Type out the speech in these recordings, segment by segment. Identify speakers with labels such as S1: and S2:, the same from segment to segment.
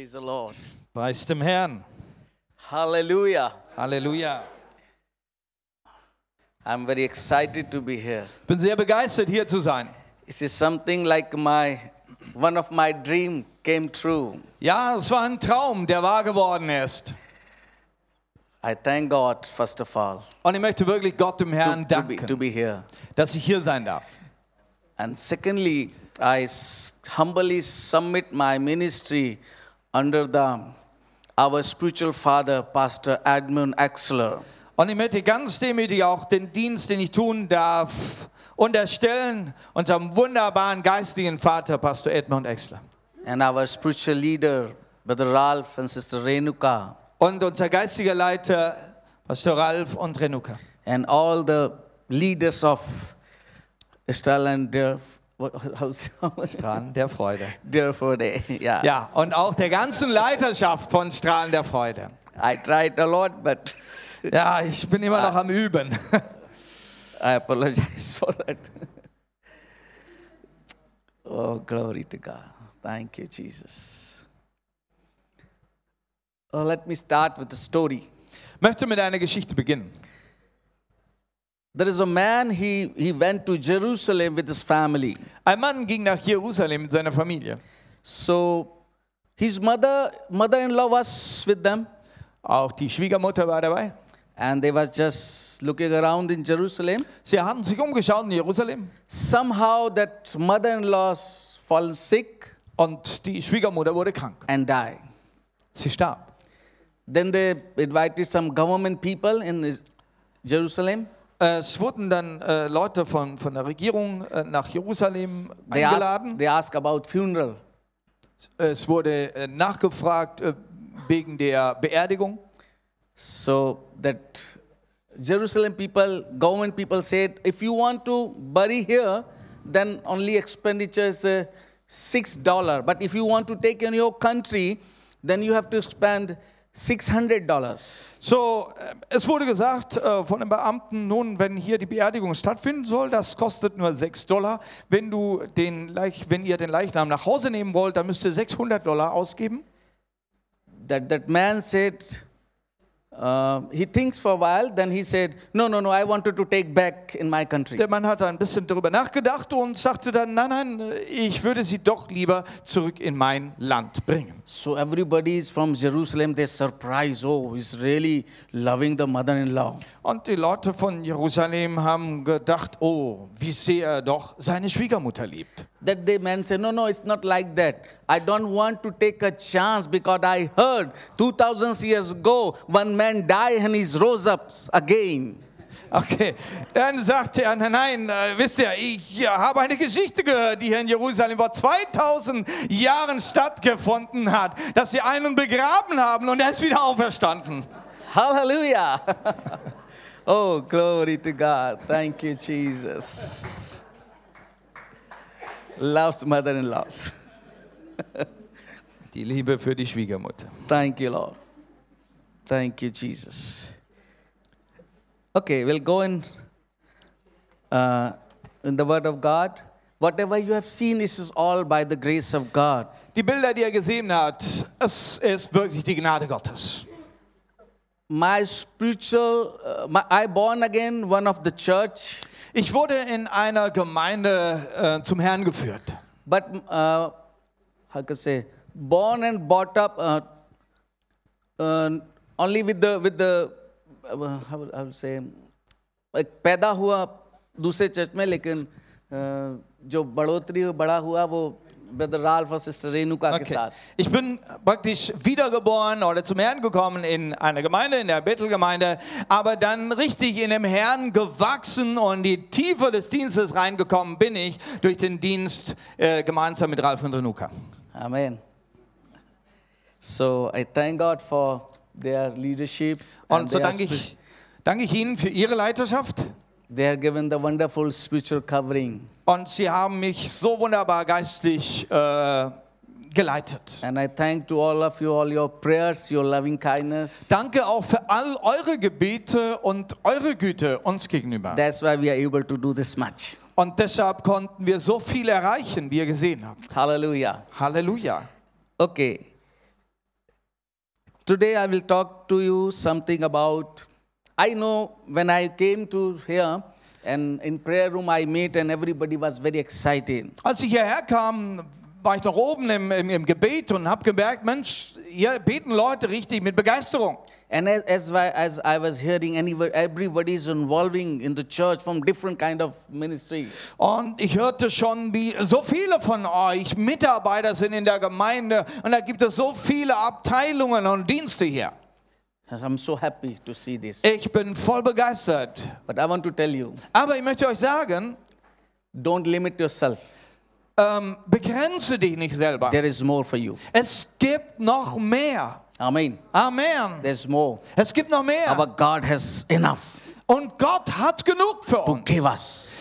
S1: Praise the Lord.
S2: Preis dem Herrn.
S1: Hallelujah.
S2: Halleluja.
S1: I'm very excited to be here.
S2: Ich bin sehr begeistert, hier zu sein.
S1: This is something like my one of my dream came true.
S2: Ja, es war ein Traum, der wahr geworden ist.
S1: I thank God first of all
S2: Und ich möchte wirklich Gott dem
S1: to,
S2: Herrn
S1: to be, to
S2: danken,
S1: be here.
S2: dass ich hier sein darf.
S1: And secondly, I s- humbly submit my ministry under the our spiritual father Pastor Edmund Axler.
S2: Und ich möchte ganz demütig auch den Dienst, den ich tun darf, unterstellen unserem wunderbaren geistigen Vater, Pastor Edmund Exler.
S1: and our spiritual leader, Brother Ralph and Sister Renuka,
S2: Und unser geistiger Leiter, Pastor Ralf und Renuka.
S1: and all the leaders of Israel and their what, how's,
S2: Strahlen der Freude.
S1: Deerfoot, eh? yeah.
S2: Ja, und auch der ganzen Leiterschaft von Strahlen der Freude.
S1: I tried a lot, but
S2: Ja, ich bin immer noch am Üben.
S1: I apologize for that. oh, glory to God. Thank you, Jesus. Oh, let me start with the story.
S2: möchte mit einer Geschichte beginnen.
S1: There is a man, he, he went to Jerusalem with his family.
S2: Ein Mann ging nach Jerusalem mit seiner Familie.
S1: So his mother mother-in-law was with them
S2: Auch die Schwiegermutter war dabei.
S1: and they was just looking around in Jerusalem.
S2: Sie haben sich umgeschaut in Jerusalem
S1: Somehow that mother-in-law's fallen sick
S2: und die Schwiegermutter wurde krank.
S1: and die.
S2: Sie starb.
S1: Then they invited some government people in this Jerusalem.
S2: Es wurden dann äh, Leute von, von der Regierung äh, nach Jerusalem
S1: They asked,
S2: eingeladen.
S1: they asked about funeral.
S2: Es wurde äh, nachgefragt äh, wegen der Beerdigung.
S1: So that Jerusalem people, government people said, if you want to bury here, then only expenditure is uh, six dollar. But if you want to take in your country, then you have to spend six hundred dollars.
S2: So, äh, es wurde gesagt äh, von den Beamten, nun, wenn hier die Beerdigung stattfinden soll, das kostet nur 6 Dollar. Wenn, du den Leich, wenn ihr den Leichnam nach Hause nehmen wollt, dann müsst ihr 600 Dollar ausgeben.
S1: That that man said. Uh, he thinks for a while, then he said, No, no, no, I wanted to take back in my country.
S2: Der Mann hat ein bisschen darüber nachgedacht und sagte dann, nein, nein, äh, ich würde sie doch lieber zurück in mein Land bringen.
S1: So everybody is from Jerusalem, they surprised, oh, he's really loving the mother in law.
S2: Und die Leute von Jerusalem haben gedacht, oh, wie sehr er doch seine Schwiegermutter liebt.
S1: That the man said, No, no, it's not like that. I don't want to take a chance because I heard 2000 years ago one man died and he rose up again.
S2: Okay, dann sagte er, nein, nein, äh, wisst ihr, ich äh, habe eine Geschichte gehört, die hier in Jerusalem vor 2000 Jahren stattgefunden hat, dass sie einen begraben haben und er ist wieder auferstanden.
S1: Hallelujah. oh, glory to God. Thank you, Jesus. Loves mother in laws.
S2: Die Liebe für die Schwiegermutter.
S1: Thank you, Lord. Thank you, Jesus. Okay, we'll go in uh, in the Word of God. Whatever you have seen, this is all by the grace of God.
S2: Die Bilder, die er gesehen hat, es ist wirklich die Gnade Gottes.
S1: My spiritual, uh, my, I born again, one of the church,
S2: Ich wurde in einer Gemeinde äh, zum Herrn geführt.
S1: but uh, how can I say, born and brought up uh, uh, only with the with the uh, how would- I would say, एक पैदा हुआ दूसरे चर्च में लेकिन uh, जो बढ़ोतरी हुई, बड़ा हुआ वो ब्रदर राल्फ और सिस्टर रेणुका के
S2: Okay.
S1: साथ
S2: Ich bin praktisch wiedergeboren oder zum Herrn gekommen in einer Gemeinde, in der Bettelgemeinde, aber dann richtig in dem Herrn gewachsen und die Tiefe des Dienstes reingekommen bin ich durch den Dienst äh, gemeinsam mit Ralf und Renuka.
S1: Amen. So I thank God for their leadership.
S2: Und
S1: and
S2: so
S1: their
S2: danke
S1: spirit-
S2: ich, danke ich Ihnen für Ihre Leiterschaft
S1: They are given the wonderful spiritual covering.
S2: und Sie haben mich so wunderbar geistlich äh, geleitet.
S1: And I thank to all of you, all your prayers, your loving kindness.
S2: Danke auch für all eure Gebete und eure Güte uns gegenüber.
S1: That's why we are able to do this much.
S2: Und deshalb konnten wir so viel erreichen, wie ihr gesehen habt.
S1: Hallelujah.
S2: Halleluja.
S1: Okay. Today I will talk to you something about. I know when I came to here and in prayer room I meet and everybody was very excited.
S2: Als ich hierher kam, war ich noch oben im, im, im Gebet und habe gemerkt, Mensch, hier beten Leute richtig mit Begeisterung.
S1: And as, as, I- as I was hearing, anyone- everybody is involving in the church from different kind of ministry.
S2: Und ich hörte schon, wie so viele von euch Mitarbeiter sind in der Gemeinde und da gibt es so viele Abteilungen und Dienste hier.
S1: I'm so happy to see this.
S2: Ich bin voll begeistert.
S1: But I want to tell you,
S2: Aber ich möchte euch sagen,
S1: don't limit yourself.
S2: ähm, begrenze dich nicht selber.
S1: There is more for you.
S2: Es gibt noch mehr.
S1: Amen.
S2: Amen.
S1: There's more.
S2: Es gibt noch mehr.
S1: Our God has enough
S2: Und Gott hat genug für
S1: to
S2: uns.
S1: give us.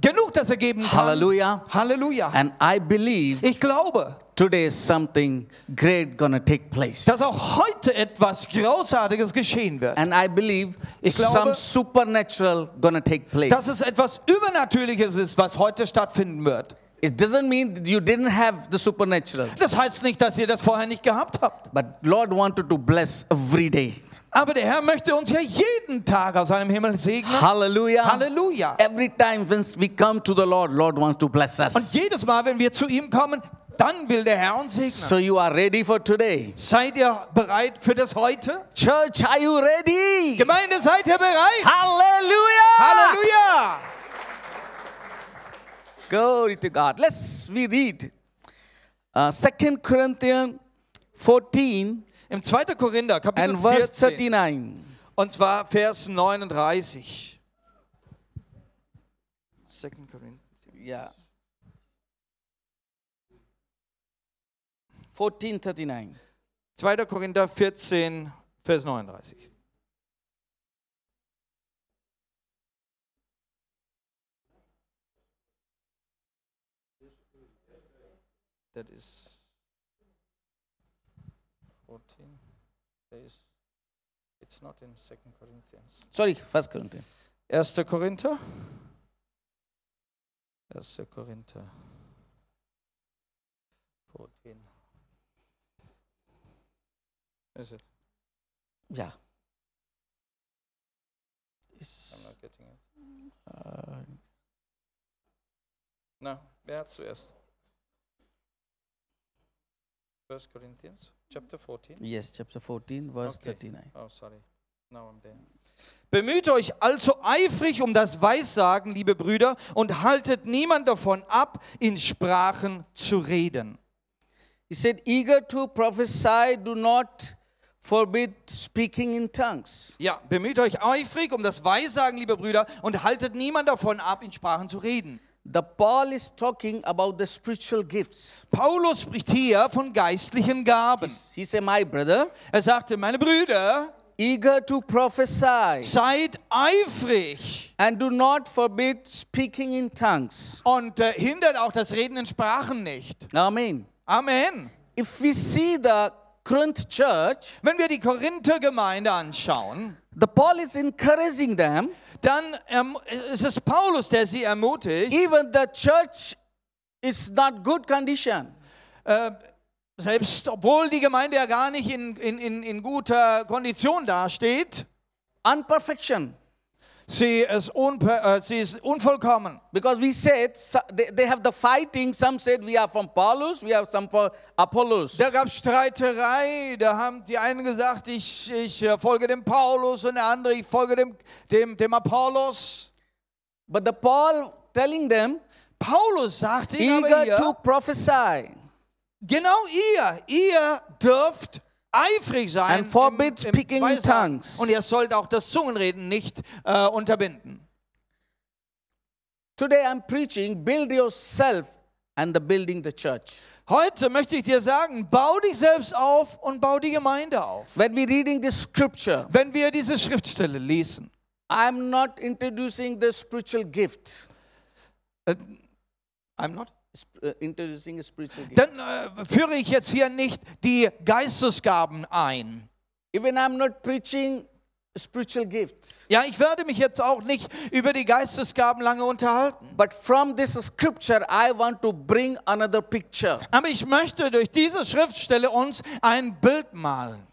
S2: Genug, dass er geben kann.
S1: Hallelujah.
S2: Halleluja.
S1: And I believe
S2: Ich glaube,
S1: today something great gonna take place.
S2: dass auch heute etwas Großartiges geschehen wird.
S1: And I believe
S2: Ich
S1: some
S2: glaube-
S1: supernatural gonna take place.
S2: Dass es etwas Übernatürliches ist, was heute stattfinden wird.
S1: It doesn't mean that you didn't have the supernatural,
S2: Das heißt nicht, dass ihr das vorher nicht gehabt habt.
S1: but Lord wanted to bless every day.
S2: Aber der Herr möchte uns ja jeden Tag aus seinem Himmel segnen.
S1: Hallelujah.
S2: Halleluja.
S1: Every time since we come to the Lord, Lord wants to bless
S2: Und
S1: us.
S2: jedes Mal, wenn wir zu ihm kommen, dann will der Herr uns segnen.
S1: So you are ready for today.
S2: Seid ihr bereit für das heute?
S1: Church, are you ready?
S2: Gemeinde, seid ihr bereit?
S1: Hallelujah.
S2: Halleluja!
S1: Glory to God. Let's we read uh, 2 Corinthians 14
S2: Im 2. Korinther, Kapitel
S1: and verse
S2: 14,
S1: 39.
S2: und zwar Vers 39. 2. Korinther.
S1: Yeah. 1439.
S2: 2. Korinther 14, Vers 39. That is 14. That is, it's not in 2. Corinthians.
S1: Sorry, First Corinthians.
S2: 1. Korinther. 1. Korinther. 14. Is it?
S1: Yeah.
S2: I'm not getting it.
S1: Uh,
S2: Na, wer hat zuerst? 1. Corinthians, chapter 14.
S1: yes, chapter 14, verse
S2: Okay.
S1: 39.
S2: Oh, sorry. Now I'm there. Bemüht euch also eifrig um das Weissagen, liebe Brüder, und haltet niemand davon ab, in Sprachen zu reden.
S1: He said, eager to prophesy, do not forbid speaking in tongues.
S2: Ja, bemüht euch eifrig um das Weissagen, liebe Brüder, und haltet niemand davon ab, in Sprachen zu reden.
S1: The Paul is talking about the spiritual gifts.
S2: Paulus spricht hier von geistlichen Gaben.
S1: He said, my brother,
S2: Er sagte, meine Brüder,
S1: eager to prophesy
S2: seid eifrig
S1: and do not forbid speaking in tongues.
S2: und äh, hindert auch das Reden in Sprachen nicht.
S1: Amen.
S2: Amen.
S1: If we see the Corinth church,
S2: Wenn wir die Korinther-Gemeinde anschauen,
S1: the Paul is encouraging them.
S2: dann ähm, ist es Paulus, der sie ermutigt,
S1: Even the church is not good condition.
S2: äh, selbst obwohl die Gemeinde ja gar nicht in, in, in, in guter Kondition dasteht,
S1: Unperfection.
S2: Sie ist, unper äh, sie ist unvollkommen.
S1: Because we said so- they they have the fighting. Some said we are from Paulus, we have some for Apollos.
S2: Da gab es Streiterei, da haben die einen gesagt, ich, ich äh, folge dem Paulus und der andere, ich folge dem, dem, dem Apollos.
S1: But the Paul telling them,
S2: Paulus sagte ihnen aber
S1: eager to
S2: hier,
S1: prophesy
S2: genau ihr, ihr dürft eifrig sein
S1: And forbid speaking in
S2: Weissagen.
S1: tongues.
S2: und ihr sollt auch das Zungenreden nicht äh, unterbinden.
S1: Today I'm preaching, build yourself and the building the church.
S2: Heute möchte ich dir sagen, bau dich selbst auf und bau die Gemeinde auf.
S1: When we're reading this scripture,
S2: Wenn wir diese Schriftstelle lesen,
S1: I'm not introducing the spiritual gift.
S2: äh, I'm not
S1: Sp- uh, introducing a spiritual gift.
S2: dann äh, führe ich jetzt hier nicht die Geistesgaben ein.
S1: Even I'm not preaching spiritual gifts.
S2: Ja, ich werde mich jetzt auch nicht über die Geistesgaben lange unterhalten.
S1: But from this scripture, I want to bring another picture.
S2: Aber ich möchte durch diese Schriftstelle uns ein Bild malen.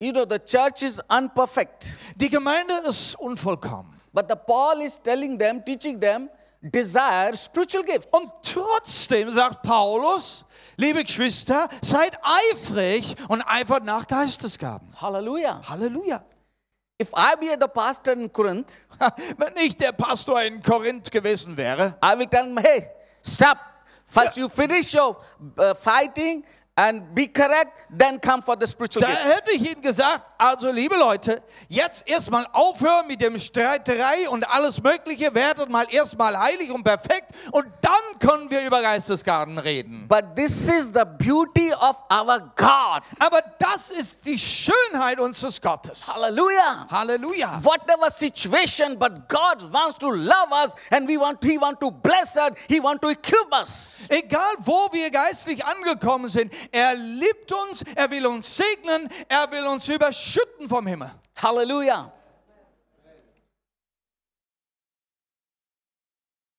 S1: You know, the church is unperfect.
S2: Die Gemeinde ist unvollkommen.
S1: But the Paul is telling them, teaching them, desire spiritual gifts.
S2: Und trotzdem sagt Paulus, liebe Geschwister, seid eifrig und eifert nach Geistesgaben.
S1: Hallelujah.
S2: Halleluja.
S1: If I be the pastor in Corinth,
S2: Wenn ich der Pastor in Korinth gewesen wäre,
S1: I will tell him, hey, stop. First you finish your uh, fighting and be correct, then come for the spiritual
S2: da
S1: gifts.
S2: hätte ich Ihnen gesagt, also liebe Leute, jetzt erstmal aufhören mit dem Streiterei und alles Mögliche, werdet mal erstmal heilig und perfekt und dann können wir über Geistesgaben reden.
S1: But this is the beauty of our God.
S2: Aber das ist die Schönheit unseres Gottes.
S1: Hallelujah.
S2: Halleluja.
S1: Whatever situation, but God wants to love us and we want He want to bless us, He want to equip us.
S2: Egal wo wir geistlich angekommen sind, er liebt uns, er will uns segnen, er will uns überschütten vom Himmel.
S1: Hallelujah.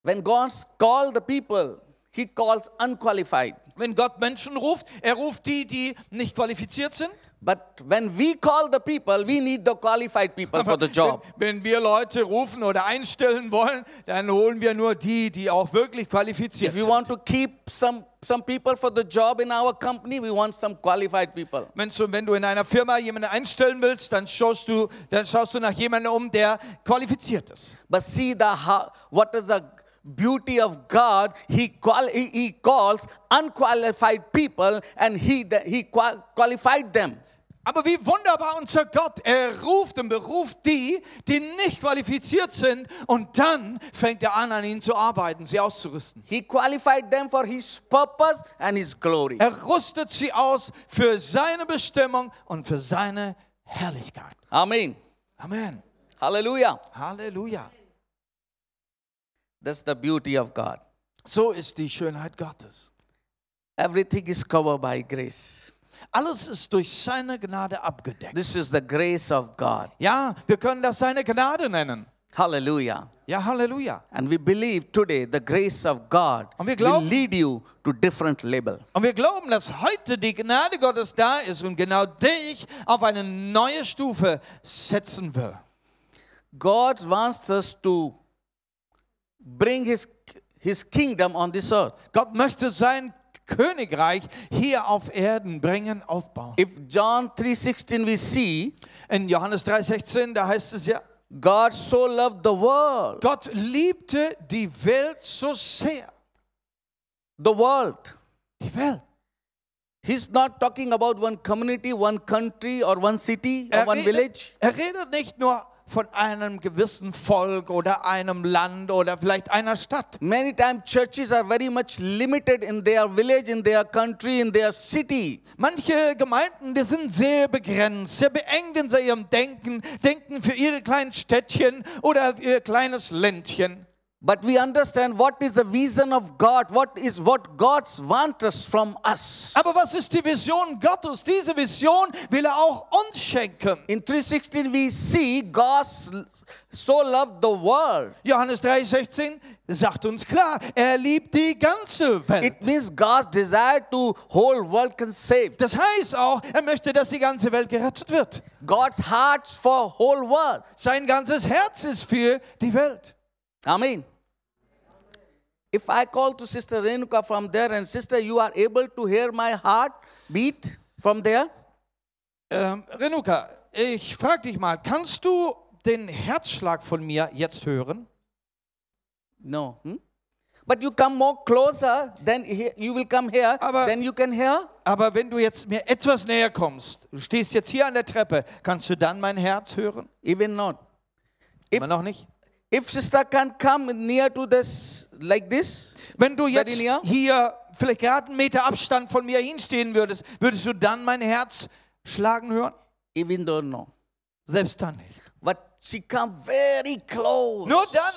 S1: When God calls the people, He calls unqualified.
S2: Wenn Gott Menschen ruft, er ruft die, die nicht qualifiziert sind.
S1: But when we call the people, we need the qualified people for the job.
S2: Wenn, wenn wir Leute rufen oder einstellen wollen, dann holen wir nur die, die auch wirklich qualifiziert
S1: If we
S2: sind.
S1: want to keep some, some people for the job in our company, we want some qualified people.
S2: Mensch, und wenn du in einer Firma jemanden einstellen willst, dann schaust du, dann schaust du nach jemandem um, der qualifiziert ist.
S1: But see the how, what is the beauty of God? He, qual, he, he calls unqualified people and he, the, he qua- qualified them.
S2: Aber wie wunderbar unser Gott, er ruft und beruft die, die nicht qualifiziert sind und dann fängt er an, an ihnen zu arbeiten, sie auszurüsten.
S1: He qualified them for his purpose and his glory.
S2: Er rüstet sie aus für seine Bestimmung und für seine Herrlichkeit.
S1: Amen.
S2: Amen.
S1: Hallelujah.
S2: Halleluja.
S1: That's the beauty of God.
S2: So ist die Schönheit Gottes.
S1: Everything is covered by grace.
S2: Alles ist durch seine Gnade abgedeckt.
S1: This is the grace of God.
S2: Ja, wir können das seine Gnade nennen.
S1: Hallelujah.
S2: Ja, Halleluja.
S1: And we believe today the grace of God
S2: Und wir
S1: will
S2: glauben-
S1: lead you to different level.
S2: Und wir glauben, dass heute die Gnade Gottes da ist und genau dich auf eine neue Stufe setzen will.
S1: God wants us to bring his, his kingdom on this earth.
S2: Gott möchte sein Königreich hier auf Erden bringen, aufbauen.
S1: If John 3:16 we see,
S2: In Johannes 3,16, da heißt es ja,
S1: God so loved the world,
S2: Gott liebte die Welt so sehr.
S1: the world.
S2: Die Welt.
S1: He's not talking about one community, one country or one city or
S2: Er
S1: one village.
S2: redet, er redet nicht nur von einem gewissen Volk oder einem Land oder vielleicht einer Stadt.
S1: Many times churches are very much limited in their village, in their country, in their city.
S2: Manche Gemeinden, die sind sehr begrenzt, sehr beengt in ihrem Denken, denken für ihre kleinen Städtchen oder für ihr kleines Ländchen.
S1: But we understand what is the vision of God, what is what God's wants us from us.
S2: Aber was ist die Vision Gottes? Diese Vision will er auch uns schenken.
S1: In 316 we see God so loved the world.
S2: Johannes 3,16 sagt uns klar, er liebt die ganze Welt.
S1: It means God's desire to whole world can save.
S2: Das heißt auch, er möchte, dass die ganze Welt gerettet wird.
S1: God's hearts for whole world.
S2: Sein ganzes Herz ist für die Welt.
S1: Amen. If I call to Sister Renuka from there and Sister, you are able to hear my heart beat from there?
S2: Ähm, Renuka, ich frage dich mal, kannst du den Herzschlag von mir jetzt hören?
S1: No. hmm? But you come more closer, then he- you will come here,
S2: Aber-
S1: then you can hear.
S2: Aber wenn du jetzt mir etwas näher kommst, du stehst jetzt hier an der Treppe, kannst du dann mein Herz hören?
S1: Even not.
S2: Immer noch nicht?
S1: If sister can come near to this like this,
S2: Wenn du jetzt
S1: Berliner?
S2: hier vielleicht gerade einen Meter Abstand von mir hinstehen würdest, würdest du dann mein Herz schlagen hören?
S1: even though no.
S2: Selbst dann nicht.
S1: But she come very close.
S2: Nur dann,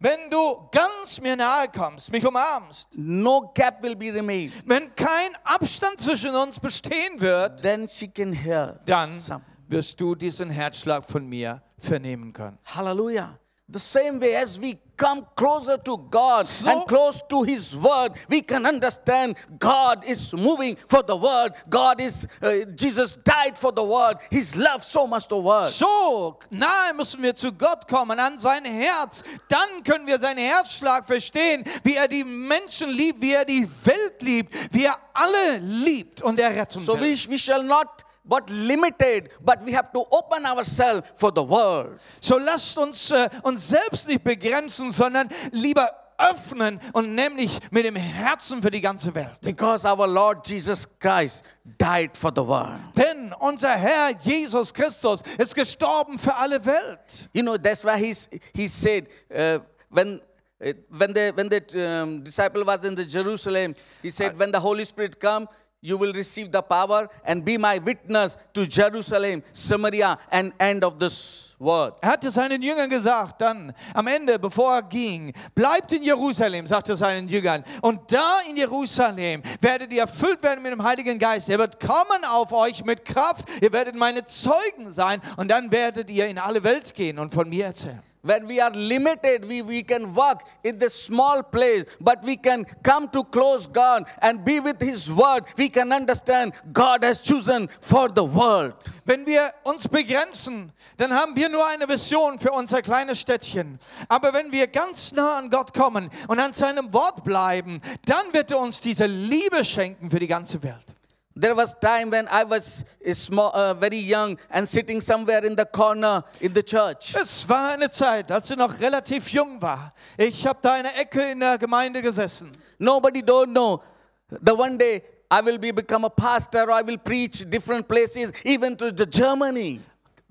S2: wenn du ganz mir nahe kommst, mich umarmst,
S1: No gap will be remained.
S2: Wenn kein Abstand zwischen uns bestehen wird,
S1: Then she can hear.
S2: dann
S1: some.
S2: wirst du diesen Herzschlag von mir vernehmen können.
S1: Hallelujah. The same way as we come closer to God and close to His Word, we can understand God is moving for the Word. God is, uh, Jesus died for the Word. He's loved so much the Word.
S2: So nahe müssen wir zu Gott kommen, an sein Herz. Dann können wir seinen Herzschlag verstehen, wie er die Menschen liebt, wie er die Welt liebt, wie er alle liebt und er retten
S1: So
S2: will.
S1: we, we shall not but limited, but we have to open ourselves for the Word.
S2: So lasst uns äh, uns selbst nicht begrenzen, sondern lieber öffnen und nämlich mit dem Herzen für die ganze Welt.
S1: Because our Lord Jesus Christ died for the Word.
S2: Denn unser Herr Jesus Christus ist gestorben für alle Welt.
S1: You know, that's why he's, he said, uh, when, uh, when the, when the um, disciple was in the Jerusalem, he said, when the Holy Spirit come, you will receive the power and be my witness to Jerusalem, Samaria, and end of this world.
S2: Er hatte seinen Jüngern gesagt, dann am Ende, bevor er ging, bleibt in Jerusalem, sagte er seinen Jüngern. Und da in Jerusalem werdet ihr erfüllt werden mit dem Heiligen Geist. Er wird kommen auf euch mit Kraft. Ihr werdet meine Zeugen sein. Und dann werdet ihr in alle Welt gehen und von mir erzählen.
S1: When we are limited, we, we can walk in this small place, but we can come to close God and be with His Word. We can understand God has chosen for the world.
S2: Wenn wir uns begrenzen, dann haben wir nur eine Vision für unser kleines Städtchen. Aber wenn wir ganz nah an Gott kommen und an seinem Wort bleiben, dann wird er uns diese Liebe schenken für die ganze Welt.
S1: There was time when I was a small, uh, very young and sitting somewhere in the corner in the church.
S2: Es war eine Zeit, als ich noch relativ jung war. Ich habe da in der Ecke in der Gemeinde gesessen.
S1: Nobody don't know. The one day I will be become a pastor. I will preach different places, even to the Germany.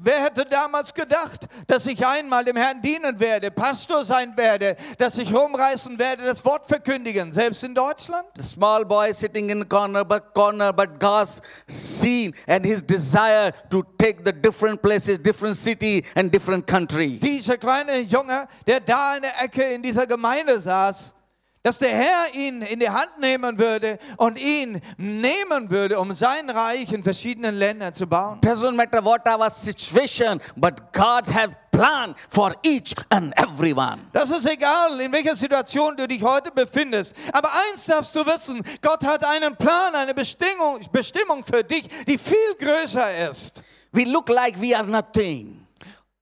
S2: Wer hätte damals gedacht, dass ich einmal dem Herrn dienen werde, Pastor sein werde, dass ich rumreißen werde, das Wort verkündigen, selbst in Deutschland?
S1: The small boy sitting in corner, but corner, but God's seen and his desire to take the different places, different city, and different country.
S2: dieser kleine Junge, der da in der Ecke in dieser Gemeinde saß, dass der Herr ihn in die Hand nehmen würde und ihn nehmen würde, um sein Reich in verschiedenen Ländern zu bauen.
S1: Doesn't matter what our situation, but God has plan for each and everyone.
S2: Das ist egal, in welcher Situation du dich heute befindest. Aber eins darfst du wissen, Gott hat einen Plan, eine Bestimmung, Bestimmung für dich, die viel größer ist.
S1: We look like we are nothing.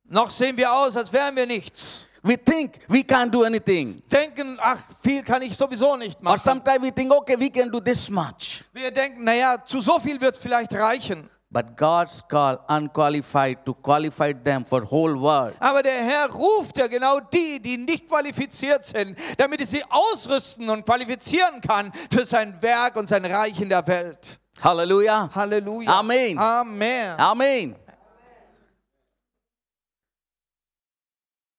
S2: Noch sehen wir aus, als wären wir nichts.
S1: We think we can't do anything.
S2: Denken, ach, viel kann ich sowieso nicht
S1: Or
S2: machen.
S1: sometimes we think, okay, we can do this much.
S2: Wir denken, naja, zu so viel wird es vielleicht reichen.
S1: But God's call unqualified to qualify them for whole world.
S2: Aber der Herr ruft ja genau die, die nicht qualifiziert sind, damit er sie ausrüsten und qualifizieren kann für sein Werk und sein Reich in der Welt.
S1: Hallelujah.
S2: Halleluja.
S1: Amen.
S2: Amen.
S1: Amen.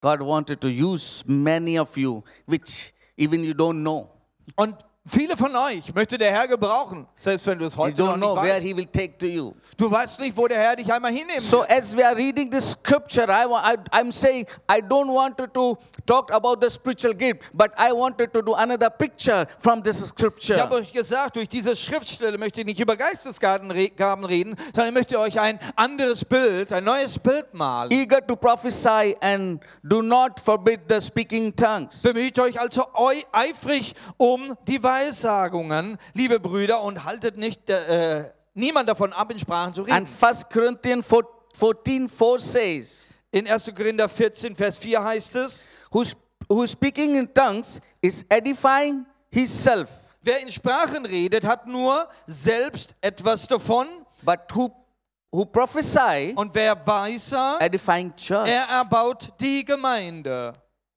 S1: God wanted to use many of you, which even you don't know.
S2: Und viele von euch möchte der Herr gebrauchen, selbst wenn du es
S1: You
S2: heute noch
S1: don't know
S2: nicht
S1: where
S2: weißt.
S1: He will take to you.
S2: Du weißt nicht, wo der Herr dich einmal hinnehmen
S1: So
S2: wird.
S1: as we are reading this scripture, I, wa- I, I'm saying I don't want to, to talk about the spiritual gift, but I wanted to do another picture from this
S2: Ich
S1: scripture.
S2: habe euch gesagt, durch diese Schriftstelle möchte ich nicht über Geistesgaben re- Gaben reden, sondern ich möchte euch ein anderes Bild, ein neues Bild malen.
S1: Eager to prophesy and do not forbid the speaking tongues.
S2: Bemüht euch also eu eifrig um die Weissagungen, liebe Brüder, und haltet nicht äh, äh, niemand davon ab, in Sprachen zu reden.
S1: And 1 Corinthians 4, 14 4 says,
S2: In 1. Korinther 14, Vers 4 heißt es,
S1: who, sp- who speaking in tongues is edifying himself,
S2: wer in Sprachen redet, hat nur selbst etwas davon.
S1: but who, who prophesy
S2: Und wer
S1: Äh,
S2: weissagt,
S1: edifying church.
S2: er erbaut die Gemeinde.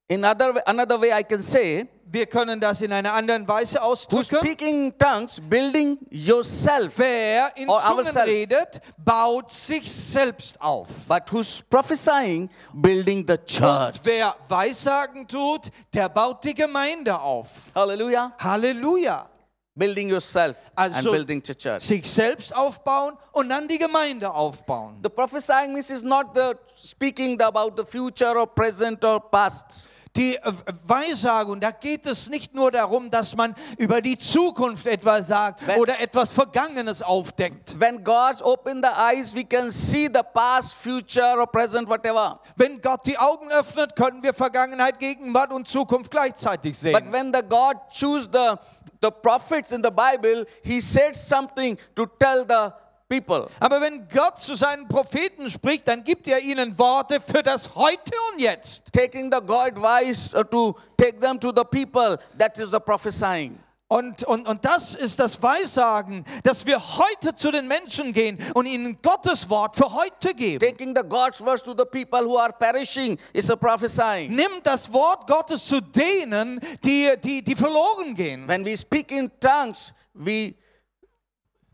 S1: In other, another way I can say,
S2: Wir können das in einer anderen Weise
S1: who
S2: ausdrücken.
S1: speaking in tongues, building yourself.
S2: Wer in
S1: Or
S2: Zungen
S1: ourselves.
S2: redet, baut sich selbst auf.
S1: But who's prophesying, building the church.
S2: Wer Weissagen tut, der baut die Gemeinde auf.
S1: Hallelujah.
S2: Halleluja.
S1: Building yourself and
S2: Also-
S1: building the church.
S2: Sich selbst aufbauen und dann die Gemeinde aufbauen.
S1: The prophesying means is not the speaking about the future or present or past.
S2: die äh, Weissagung, da geht es nicht nur darum, dass man über die Zukunft etwas sagt
S1: Wenn-
S2: oder etwas Vergangenes aufdeckt.
S1: When God's open the eyes, we can see the past, future, or present, whatever.
S2: Wenn Gott die Augen öffnet, können wir Vergangenheit, Gegenwart und Zukunft gleichzeitig
S1: But
S2: sehen.
S1: when the God choose the, the prophets in the Bible, he said something to tell the people.
S2: Aber wenn Gott zu seinen Propheten spricht, dann gibt er ihnen Worte für das Heute und Jetzt.
S1: Taking the God wise uh, to take them to the people, that is the prophesying.
S2: Und, und, und das ist das Weissagen, dass wir heute zu den Menschen gehen und ihnen Gottes Wort für heute geben.
S1: Taking the God's words to the people who are perishing is a prophesying.
S2: Nimm das Wort Gottes zu denen, die, die, die verloren gehen.
S1: When we speak in tongues, we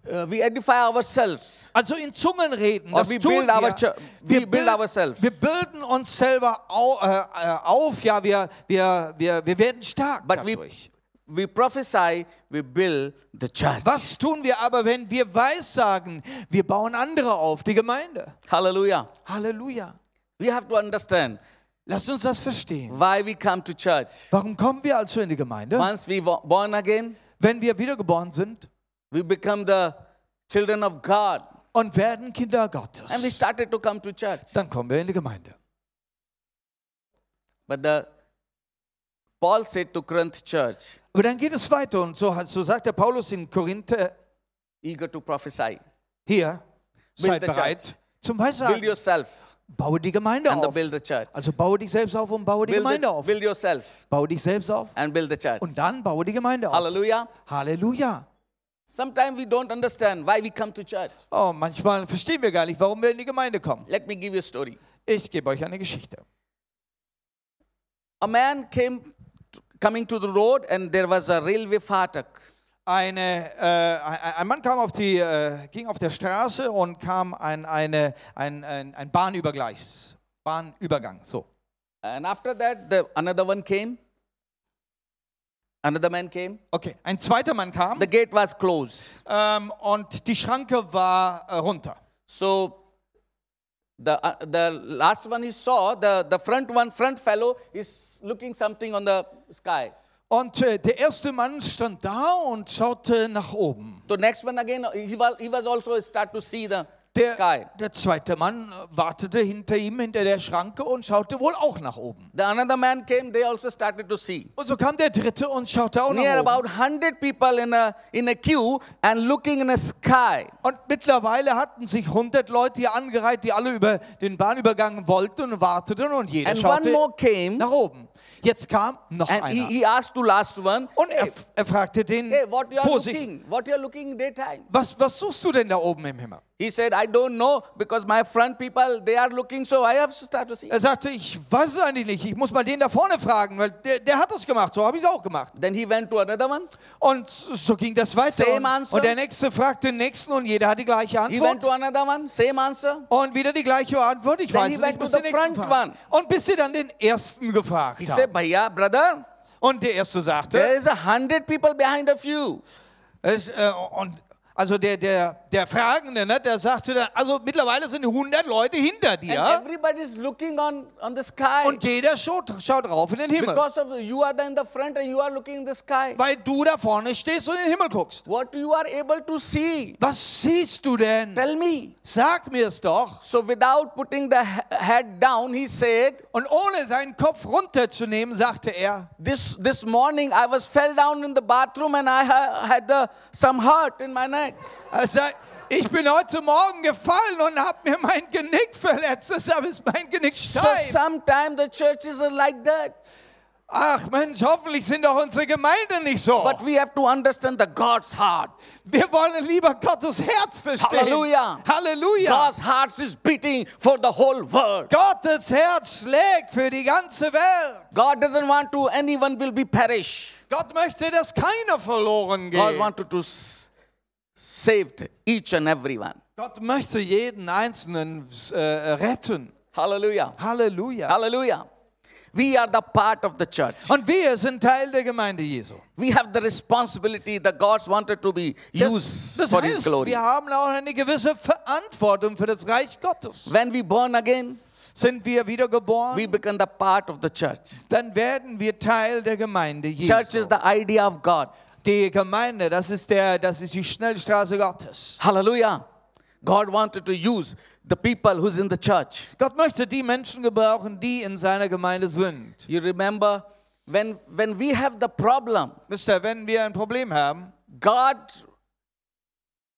S1: uh, we edify ourselves.
S2: Also in Zungen reden,
S1: Or
S2: das
S1: we
S2: tun
S1: build our
S2: wir.
S1: chur- we build
S2: bild-
S1: ourselves.
S2: wir bilden uns selber au, äh, äh, auf, ja, wir, wir, wir, wir werden stark
S1: But we
S2: dadurch.
S1: we prophesy, we build the church.
S2: Was tun wir aber, wenn wir weissagen? Wir bauen andere auf, die Gemeinde.
S1: Hallelujah.
S2: Halleluja.
S1: We have to understand
S2: Lasst uns das verstehen.
S1: why we come to church.
S2: Warum kommen wir also in die Gemeinde?
S1: Once we were born again,
S2: Wenn wir wiedergeboren sind
S1: we become the children of God,
S2: und werden Kinder
S1: and we
S2: Gottes,
S1: started to come to church.
S2: dann kommen wir in die Gemeinde.
S1: But the Paul said to Corinth church,
S2: Aber dann geht es weiter und so, hat- so sagt der Paulus in Korinth äh,
S1: eager to prophesy,
S2: hier, seid
S1: the
S2: bereit zum
S1: build
S2: Weissagen.
S1: yourself
S2: Baue die Gemeinde
S1: and the
S2: auf.
S1: build the church.
S2: Also baue dich selbst auf und baue die
S1: Build,
S2: Gemeinde
S1: the,
S2: auf.
S1: build yourself
S2: Baue dich selbst auf
S1: and build the church.
S2: und dann baue die Gemeinde auf.
S1: Hallelujah.
S2: Halleluja.
S1: Sometimes we don't understand why we come to church.
S2: Oh, manchmal verstehen wir gar nicht, warum wir in die Gemeinde kommen.
S1: Let me give you a story.
S2: Ich gebe euch eine Geschichte.
S1: A man came coming to the road and there was a railway fatak.
S2: Eine, äh, ein ein Mann kam auf die, äh, ging auf der Straße und kam an eine, ein, ein, ein Bahnübergleis. Bahnübergang, so.
S1: And after that the another one came. Another man came.
S2: Okay, ein zweiter Mann kam
S1: The gate was closed.
S2: ähm, und die Schranke war äh, runter.
S1: So the, uh, the last one he saw, the, the front one, front fellow is looking something on the sky.
S2: Und äh, der erste Mann stand da und schaute nach oben.
S1: So next one again, he was, he was also start to see the sky.
S2: Der, der zweite Mann äh, wartete hinter ihm, hinter der Schranke und schaute wohl auch nach oben.
S1: The another man came, they also started to see.
S2: Und so kam der dritte und schaute auch
S1: Near
S2: nach oben.
S1: about 100 people in a, in a queue and looking in a sky.
S2: Und mittlerweile hatten sich 100 Leute hier angereiht, die alle über den Bahnübergang wollten und warteten und jeder
S1: And one
S2: schaute
S1: more came
S2: nach oben. Jetzt kam noch
S1: and he,
S2: einer.
S1: he asked to last one,
S2: und er, er fragte den
S1: hey, what you are
S2: Vorsicht,
S1: looking, what you are looking in daytime.
S2: was, was suchst du denn da oben im Himmel?
S1: He said, I don't know because my front people, they are looking, so I have to start to see.
S2: Er sagte, ich weiß es eigentlich nicht, ich muss mal den da vorne fragen, weil der, der hat das gemacht, so habe ich es auch gemacht.
S1: Then he went to another one.
S2: Und so ging das weiter.
S1: Same
S2: Und,
S1: answer.
S2: und der Nächste fragte den Nächsten und jeder hat die gleiche
S1: He went
S2: Antwort.
S1: to another one, same answer.
S2: Und wieder die gleiche Antwort, ich
S1: Then
S2: weiß
S1: he
S2: es
S1: went
S2: nicht, ich muss
S1: to
S2: den
S1: the
S2: Nächsten
S1: front
S2: fragen. Und bis sie dann den Ersten gefragt
S1: He
S2: haben.
S1: said, Bhaiya, brother,
S2: Und der Erste sagte,
S1: there is a hundred people behind of you.
S2: Es, äh, und also der, der, der Fragende, ne, der sagte dann, also mittlerweile sind 100 Leute hinter
S1: And
S2: dir
S1: everybody is looking on, on the sky.
S2: und jeder schaut, schaut rauf in den Himmel,
S1: Because of you are in the front and you are looking in the sky.
S2: weil du da vorne stehst und in den Himmel guckst.
S1: What you are able to see,
S2: Was siehst du denn?
S1: tell me.
S2: Sag mir es doch.
S1: So without putting the he- head down, he said,
S2: Und ohne seinen Kopf runterzunehmen, sagte er,
S1: this, this morning I was fell down in the bathroom and I ha- had the, some hurt in my neck.
S2: er sagt, Also, ich bin heute Morgen gefallen und habe mir mein Genick verletzt, deshalb ist mein Genick
S1: So
S2: steif.
S1: sometimes the churches are like that.
S2: Ach Mensch, hoffentlich sind doch unsere Gemeinden nicht so.
S1: But we have to understand the God's heart.
S2: Wir wollen lieber Gottes Herz verstehen.
S1: Halleluja.
S2: Halleluja.
S1: God's heart is beating for the whole world.
S2: Gottes Herz schlägt für die ganze Welt.
S1: God doesn't want to anyone will be perish.
S2: Gott möchte, dass keiner verloren
S1: God
S2: geht.
S1: wanted to s- saved each and everyone.
S2: Gott möchte jeden Einzelnen äh, retten.
S1: Hallelujah.
S2: Halleluja.
S1: Hallelujah. We are the part of the church.
S2: Und wir sind Teil der Gemeinde Jesu.
S1: We have the responsibility that God's wanted to be
S2: Das,
S1: used
S2: das
S1: for His
S2: heißt,
S1: glory.
S2: wir haben auch eine gewisse Verantwortung für das Reich Gottes.
S1: When we born again,
S2: sind wir wiedergeboren,
S1: we become the part of the church.
S2: dann werden wir Teil der Gemeinde
S1: Church
S2: Jesu.
S1: is the idea of God.
S2: Die Gemeinde, das ist, der, das ist die Schnellstraße Gottes.
S1: Hallelujah. God wanted to use the people who's in the church.
S2: Gott möchte die Menschen gebrauchen, die in seiner Gemeinde sind.
S1: You remember when when we have the problem,
S2: Wisst ihr, wenn wir ein Problem haben,
S1: God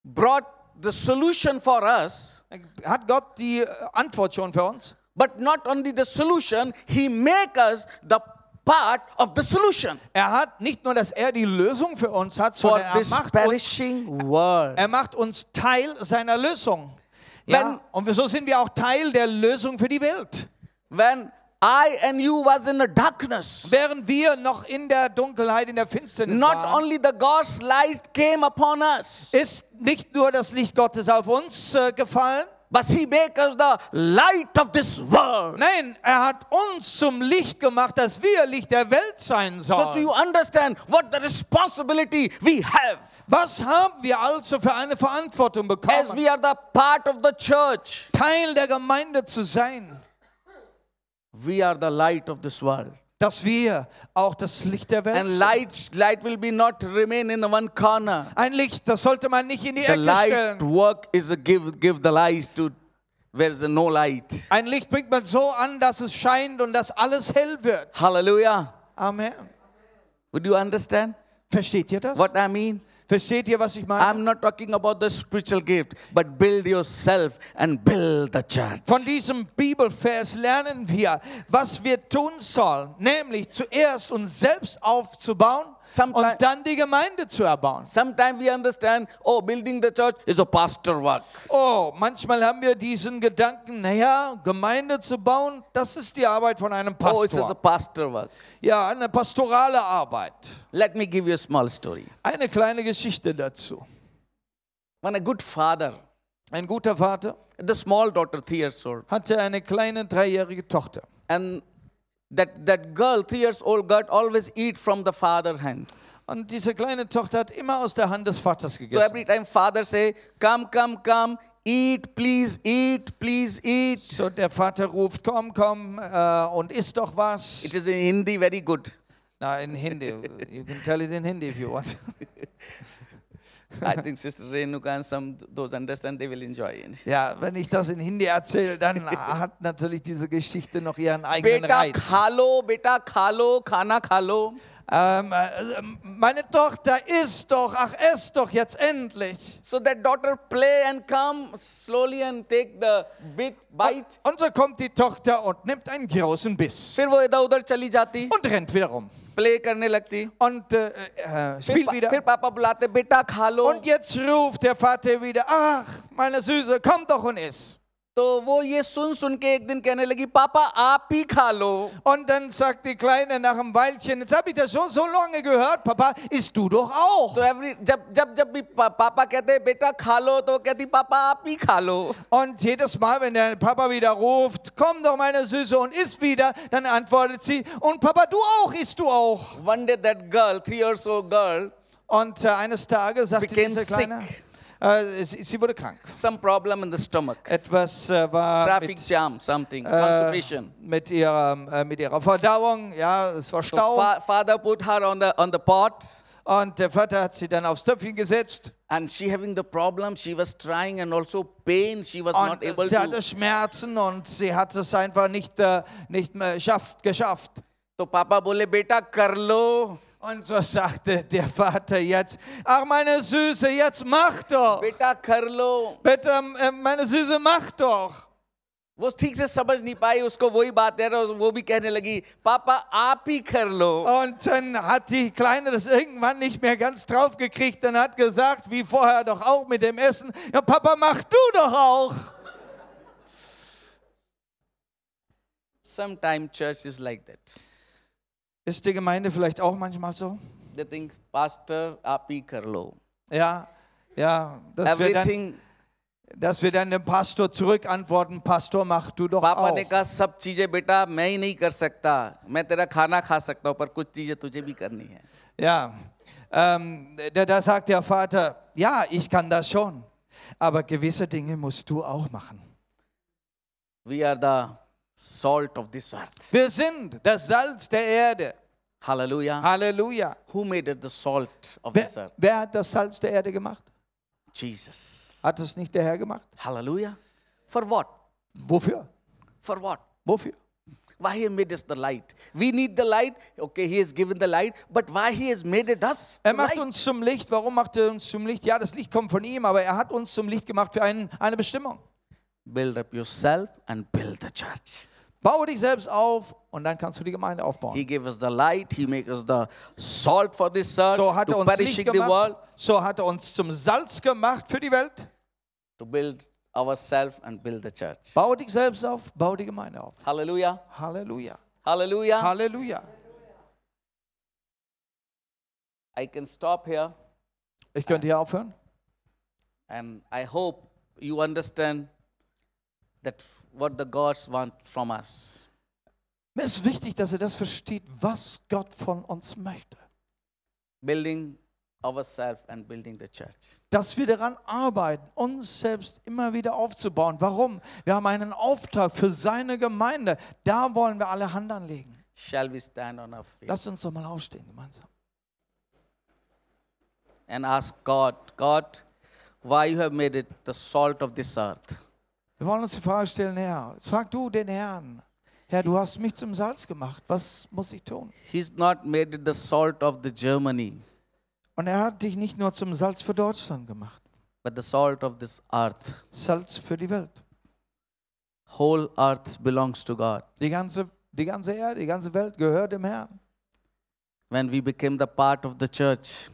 S1: brought the solution for us,
S2: hat Gott die äh, Antwort schon für uns.
S1: but not only the solution, he make us the part of the solution
S2: Er hat nicht nur, dass er die Lösung für uns hat,
S1: for
S2: sondern er
S1: this
S2: macht, uns,
S1: perishing world.
S2: er macht uns Teil seiner Lösung. Ja?
S1: Wenn-
S2: Und so sind wir auch Teil der Lösung für die Welt.
S1: When I and you was in the darkness,
S2: Während wir noch in der Dunkelheit, in der Finsternis
S1: not
S2: waren,
S1: only the God's light came upon us,
S2: ist nicht nur das Licht Gottes auf uns äh, gefallen,
S1: but he make us the light of this world.
S2: nein, er hat uns zum Licht gemacht, dass wir Licht der Welt sein
S1: So do
S2: sollen.
S1: you understand what the responsibility we have
S2: Was haben wir also für eine Verantwortung
S1: as
S2: bekommen,
S1: we are the part of the church?
S2: Teil der Gemeinde zu sein,
S1: We are the light of this world.
S2: dass wir auch das Licht der Welt
S1: And
S2: sind.
S1: light, light will be not remain in one corner.
S2: Ein Licht, das sollte man nicht in die
S1: The
S2: Ecke
S1: light
S2: stellen.
S1: work is a give, give the light to where's the no light.
S2: Ein Licht bringt man so an, dass es scheint und dass alles hell wird.
S1: Hallelujah.
S2: Amen.
S1: Would you understand
S2: Versteht ihr das?
S1: what I mean?
S2: Versteht ihr, was ich meine?
S1: I'm not talking about the spiritual gift, but build yourself and build the church.
S2: Von diesem Bibelvers lernen wir, was wir tun sollen, nämlich zuerst uns selbst aufzubauen
S1: Sometime-
S2: und dann die Gemeinde zu erbauen.
S1: Sometimes we understand, oh, building the church is a pastor work.
S2: Oh, manchmal haben wir diesen Gedanken, naja, Gemeinde zu bauen, das ist die Arbeit von einem
S1: Oh, it's a
S2: Pastor.
S1: pastor work.
S2: Ja, eine pastorale Arbeit.
S1: Let me give you a small story.
S2: Eine kleine Geschichte dazu.
S1: When a good father,
S2: Ein guter Vater
S1: the small daughter, three years old,
S2: hatte eine kleine dreijährige Tochter.
S1: and that, that girl, three years old girl, always eat from the father hand.
S2: Und diese kleine Tochter hat immer aus der Hand des Vaters
S1: So
S2: gegessen.
S1: every time father say, come, come, come, eat, please, eat, please, eat.
S2: So, der Vater ruft, komm, komm äh, und isst doch was.
S1: It is in Hindi very good.
S2: Na, in Hindi. You can tell it in Hindi if you want.
S1: I think Sister Renuka and some those understand, they will enjoy it.
S2: Ja, wenn ich das in Hindi erzähle, dann hat natürlich diese Geschichte noch ihren eigenen
S1: बेटा
S2: Reiz.
S1: खा लो बेटा खा लो खाना खा लो
S2: Ähm, äh, meine Tochter, isst doch, ach, ess doch jetzt endlich.
S1: so that daughter play and come slowly and take the bit bite
S2: Und so kommt die Tochter und nimmt einen großen Biss
S1: फिर वो इधर उधर चली जाती
S2: und rennt wieder rum.
S1: प्ले करने लगती
S2: Und äh, äh,
S1: फिर,
S2: spielt
S1: पा,
S2: wieder.
S1: फिर पापा बुलाते बेटा खा लो
S2: Und jetzt ruft der Vater wieder, ach, meine Süße, komm doch und iss.
S1: तो वो ये सुन सुन के एक दिन कहने लगी पापा आप ही खा लो
S2: Und dann sagt die Kleine nach einem Weilchen, jetzt habe ich das schon so lange gehört, Papa, isst du doch auch.
S1: तो एवरी जब जब जब भी पा, पापा कहते बेटा खा लो तो वो कहती पापा आप ही खा लो
S2: Und jedes Mal, wenn der Papa wieder ruft, komm doch meine Süße und isst wieder, dann antwortet sie, und Papa, du auch, isst du auch.
S1: वन डे दैट गर्ल थ्री इयर्स ओल्ड गर्ल
S2: Und äh, eines Tages sagte
S1: Became
S2: diese Kleine,
S1: sick.
S2: äh, sie, sie wurde krank.
S1: some problem in the stomach
S2: Etwas äh, war
S1: traffic
S2: mit,
S1: jam something
S2: äh,
S1: constipation
S2: mit, ihrer, äh, mit ihrer Verdauung, ja, es war
S1: So
S2: Stau.
S1: fa- father put her on the on the pot,
S2: Und der Vater hat sie dann aufs Töpfchen gesetzt.
S1: and she having the problem. She was trying, und also pain. She was not able
S2: Und sie hatte
S1: to.
S2: Schmerzen und sie hat es einfach nicht, äh, nicht mehr schafft, geschafft.
S1: So Papa बोले बेटा कर लो,
S2: Und so sagte der Vater jetzt, ach meine Süße, jetzt mach doch.
S1: बेटा कर लो.
S2: Bitte, äh, meine Süße, mach doch.
S1: वो ठीक से समझ नहीं पाई उसको वही बात है और वो भी कहने लगी पापा आप ही कर लो
S2: Und dann hat die Kleine das irgendwann nicht mehr ganz drauf gekriegt und hat gesagt, wie vorher doch auch mit dem Essen, ja Papa, mach du doch auch.
S1: Sometimes church is like that.
S2: Ist die Gemeinde vielleicht auch manchmal so?
S1: They think pastor आप ही कर लो.
S2: Ja, ja, dass wir dann,
S1: Everything
S2: dass wir dann dem Pastor zurückantworten, Pastor, mach du doch
S1: पापा
S2: auch.
S1: ने कहा सब चीजें बेटा मैं ही नहीं कर सकता मैं तेरा खाना खा सकता हूँ पर कुछ चीजें तुझे भी करनी है
S2: Ja, ähm, da, da sagt der Vater, ja, ich kann das schon, aber gewisse Dinge musst du auch machen.
S1: We are the salt of this earth.
S2: Wir sind das Salz der Erde. हाँ।
S1: Hallelujah.
S2: Halleluja.
S1: Who made us the salt of this
S2: Wer,
S1: earth?
S2: wer hat das Salz der Erde gemacht?
S1: Jesus.
S2: Hat es nicht der Herr gemacht?
S1: Hallelujah. For what?
S2: Wofür?
S1: For what?
S2: Wofür?
S1: Why he made us the light? We need the light. Okay, he has given the light, but why he has made it us? the
S2: Er macht
S1: light?
S2: uns zum Licht. Warum macht er uns zum Licht? Ja, das Licht kommt von ihm, aber er hat uns zum Licht gemacht für einen, eine Bestimmung.
S1: Build up yourself and build the church.
S2: Baue dich selbst auf und dann kannst du die Gemeinde aufbauen.
S1: He gave us the light. He made us the salt for this earth
S2: So hat er
S1: to
S2: uns Licht
S1: perishing the world,
S2: gemacht. So hat er uns zum Salz gemacht für die Welt.
S1: to build ourselves and build the church.
S2: Baue dich selbst auf, baue die Gemeinde auf.
S1: Hallelujah.
S2: Halleluja.
S1: Hallelujah.
S2: Halleluja.
S1: I can stop here
S2: Ich könnte hier aufhören.
S1: and I hope you understand that what the gods want from us.
S2: Mir ist wichtig, dass ihr das versteht, was Gott von uns möchte.
S1: Building ourselves and building the church.
S2: Dass wir daran arbeiten, uns selbst immer wieder aufzubauen. Warum? Wir haben einen Auftrag für seine Gemeinde. Da wollen wir alle Hand anlegen.
S1: Shall we stand on our feet
S2: Lasst uns doch mal aufstehen gemeinsam.
S1: and ask God, God, why you have made it the salt of this earth?
S2: Wir wollen uns die Frage stellen, Herr, frag du den Herrn. Herr, du hast mich zum Salz gemacht. Was muss ich tun?
S1: He's not made it the salt of the Germany,
S2: Und er hat dich nicht nur zum Salz für Deutschland gemacht,
S1: but the salt of this earth.
S2: Salz für die Welt.
S1: Whole earth belongs to God.
S2: Die ganze, die ganze Erde, die ganze Welt gehört dem Herrn.
S1: When we became the part of the church,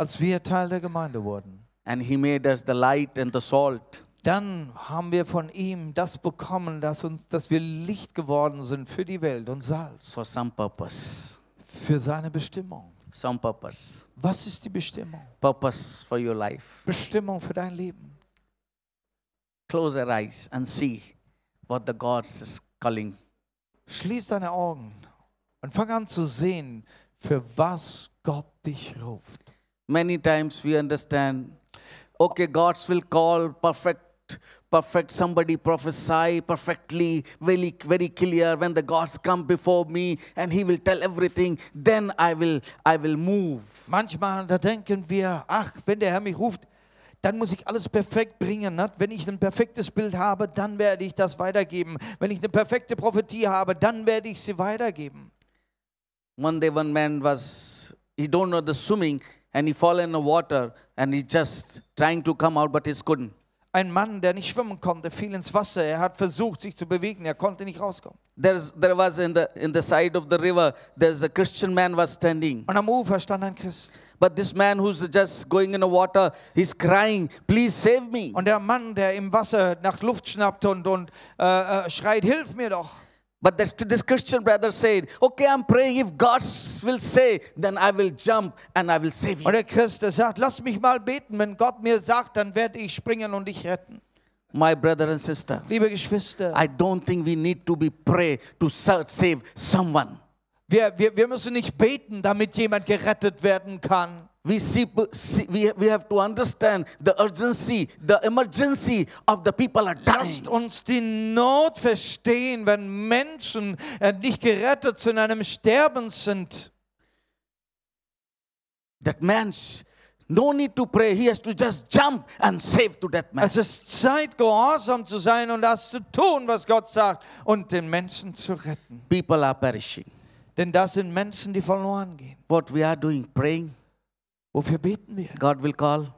S2: Als wir Teil der Gemeinde wurden,
S1: and He made us the light and the salt,
S2: dann haben wir von ihm das bekommen, dass, uns, dass wir Licht geworden sind für die Welt und Salz,
S1: for some purpose.
S2: für seine Bestimmung.
S1: Some purpose.
S2: Was ist die Bestimmung?
S1: Purpose for your life.
S2: Bestimmung für dein Leben.
S1: Close your eyes and see what the God is calling.
S2: Schließ deine Augen und fang an zu sehen, für was Gott dich ruft.
S1: Many times we understand, okay, God's will call perfect, perfect somebody prophesy perfectly, very, very clear. When the gods come before me and He will tell everything, then I will, I will move.
S2: Manchmal, da denken wir, ach, wenn der Herr mich ruft, dann muss ich alles perfekt bringen. ne? Wenn ich ein perfektes Bild habe, dann werde ich das weitergeben. Wenn ich eine perfekte Prophetie habe, dann werde ich sie weitergeben.
S1: One day, one man was he don't know the swimming and he fall in the water and he just trying to come out, but he couldn't.
S2: Ein Mann, der nicht schwimmen konnte, fiel ins Wasser. Er hat versucht, sich zu bewegen. Er konnte nicht rauskommen.
S1: There's there was in the in the side of the river. There's a Christian man was standing,
S2: Und am Ufer stand ein Christ.
S1: but this man who's just going in the water, he's crying, "Please save me!"
S2: Und der Mann, der im Wasser nach Luft schnappte und, und äh, äh, schreit, hilf mir doch.
S1: But this, this Christian brother said, "Okay, I'm praying. If God will say, then I will jump and I will save
S2: Und
S1: you."
S2: der Christ, der sagt, lass mich mal beten. Wenn Gott mir sagt, dann werde ich springen und dich retten.
S1: My brother and sister,
S2: Liebe Geschwister,
S1: I don't think we need to be pray to sa- save someone.
S2: Wir, wir, wir müssen nicht beten, damit jemand gerettet werden kann.
S1: we see, see we, we have to understand the urgency the emergency of the people are dying
S2: Lasst uns die Not verstehen, wenn Menschen äh, nicht gerettet zu einem Sterben sind.
S1: that man's no need to pray he has to just jump and save to that man
S2: Es ist Zeit, gehorsam zu sein und das zu tun, was Gott sagt, und den Menschen zu retten.
S1: people are perishing
S2: Denn das sind Menschen, die verloren gehen.
S1: what we are doing praying
S2: Wofür beten wir?
S1: god will call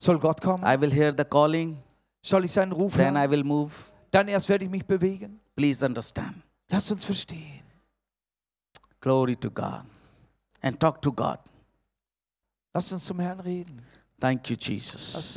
S2: Soll Gott kommen?
S1: i will hear the calling
S2: Soll ich seinen Ruf
S1: then i
S2: hören?
S1: will move
S2: Dann erst werde ich mich bewegen.
S1: please understand
S2: Lasst uns verstehen.
S1: glory to god and talk to god
S2: Lasst uns zum Herrn reden.
S1: thank you jesus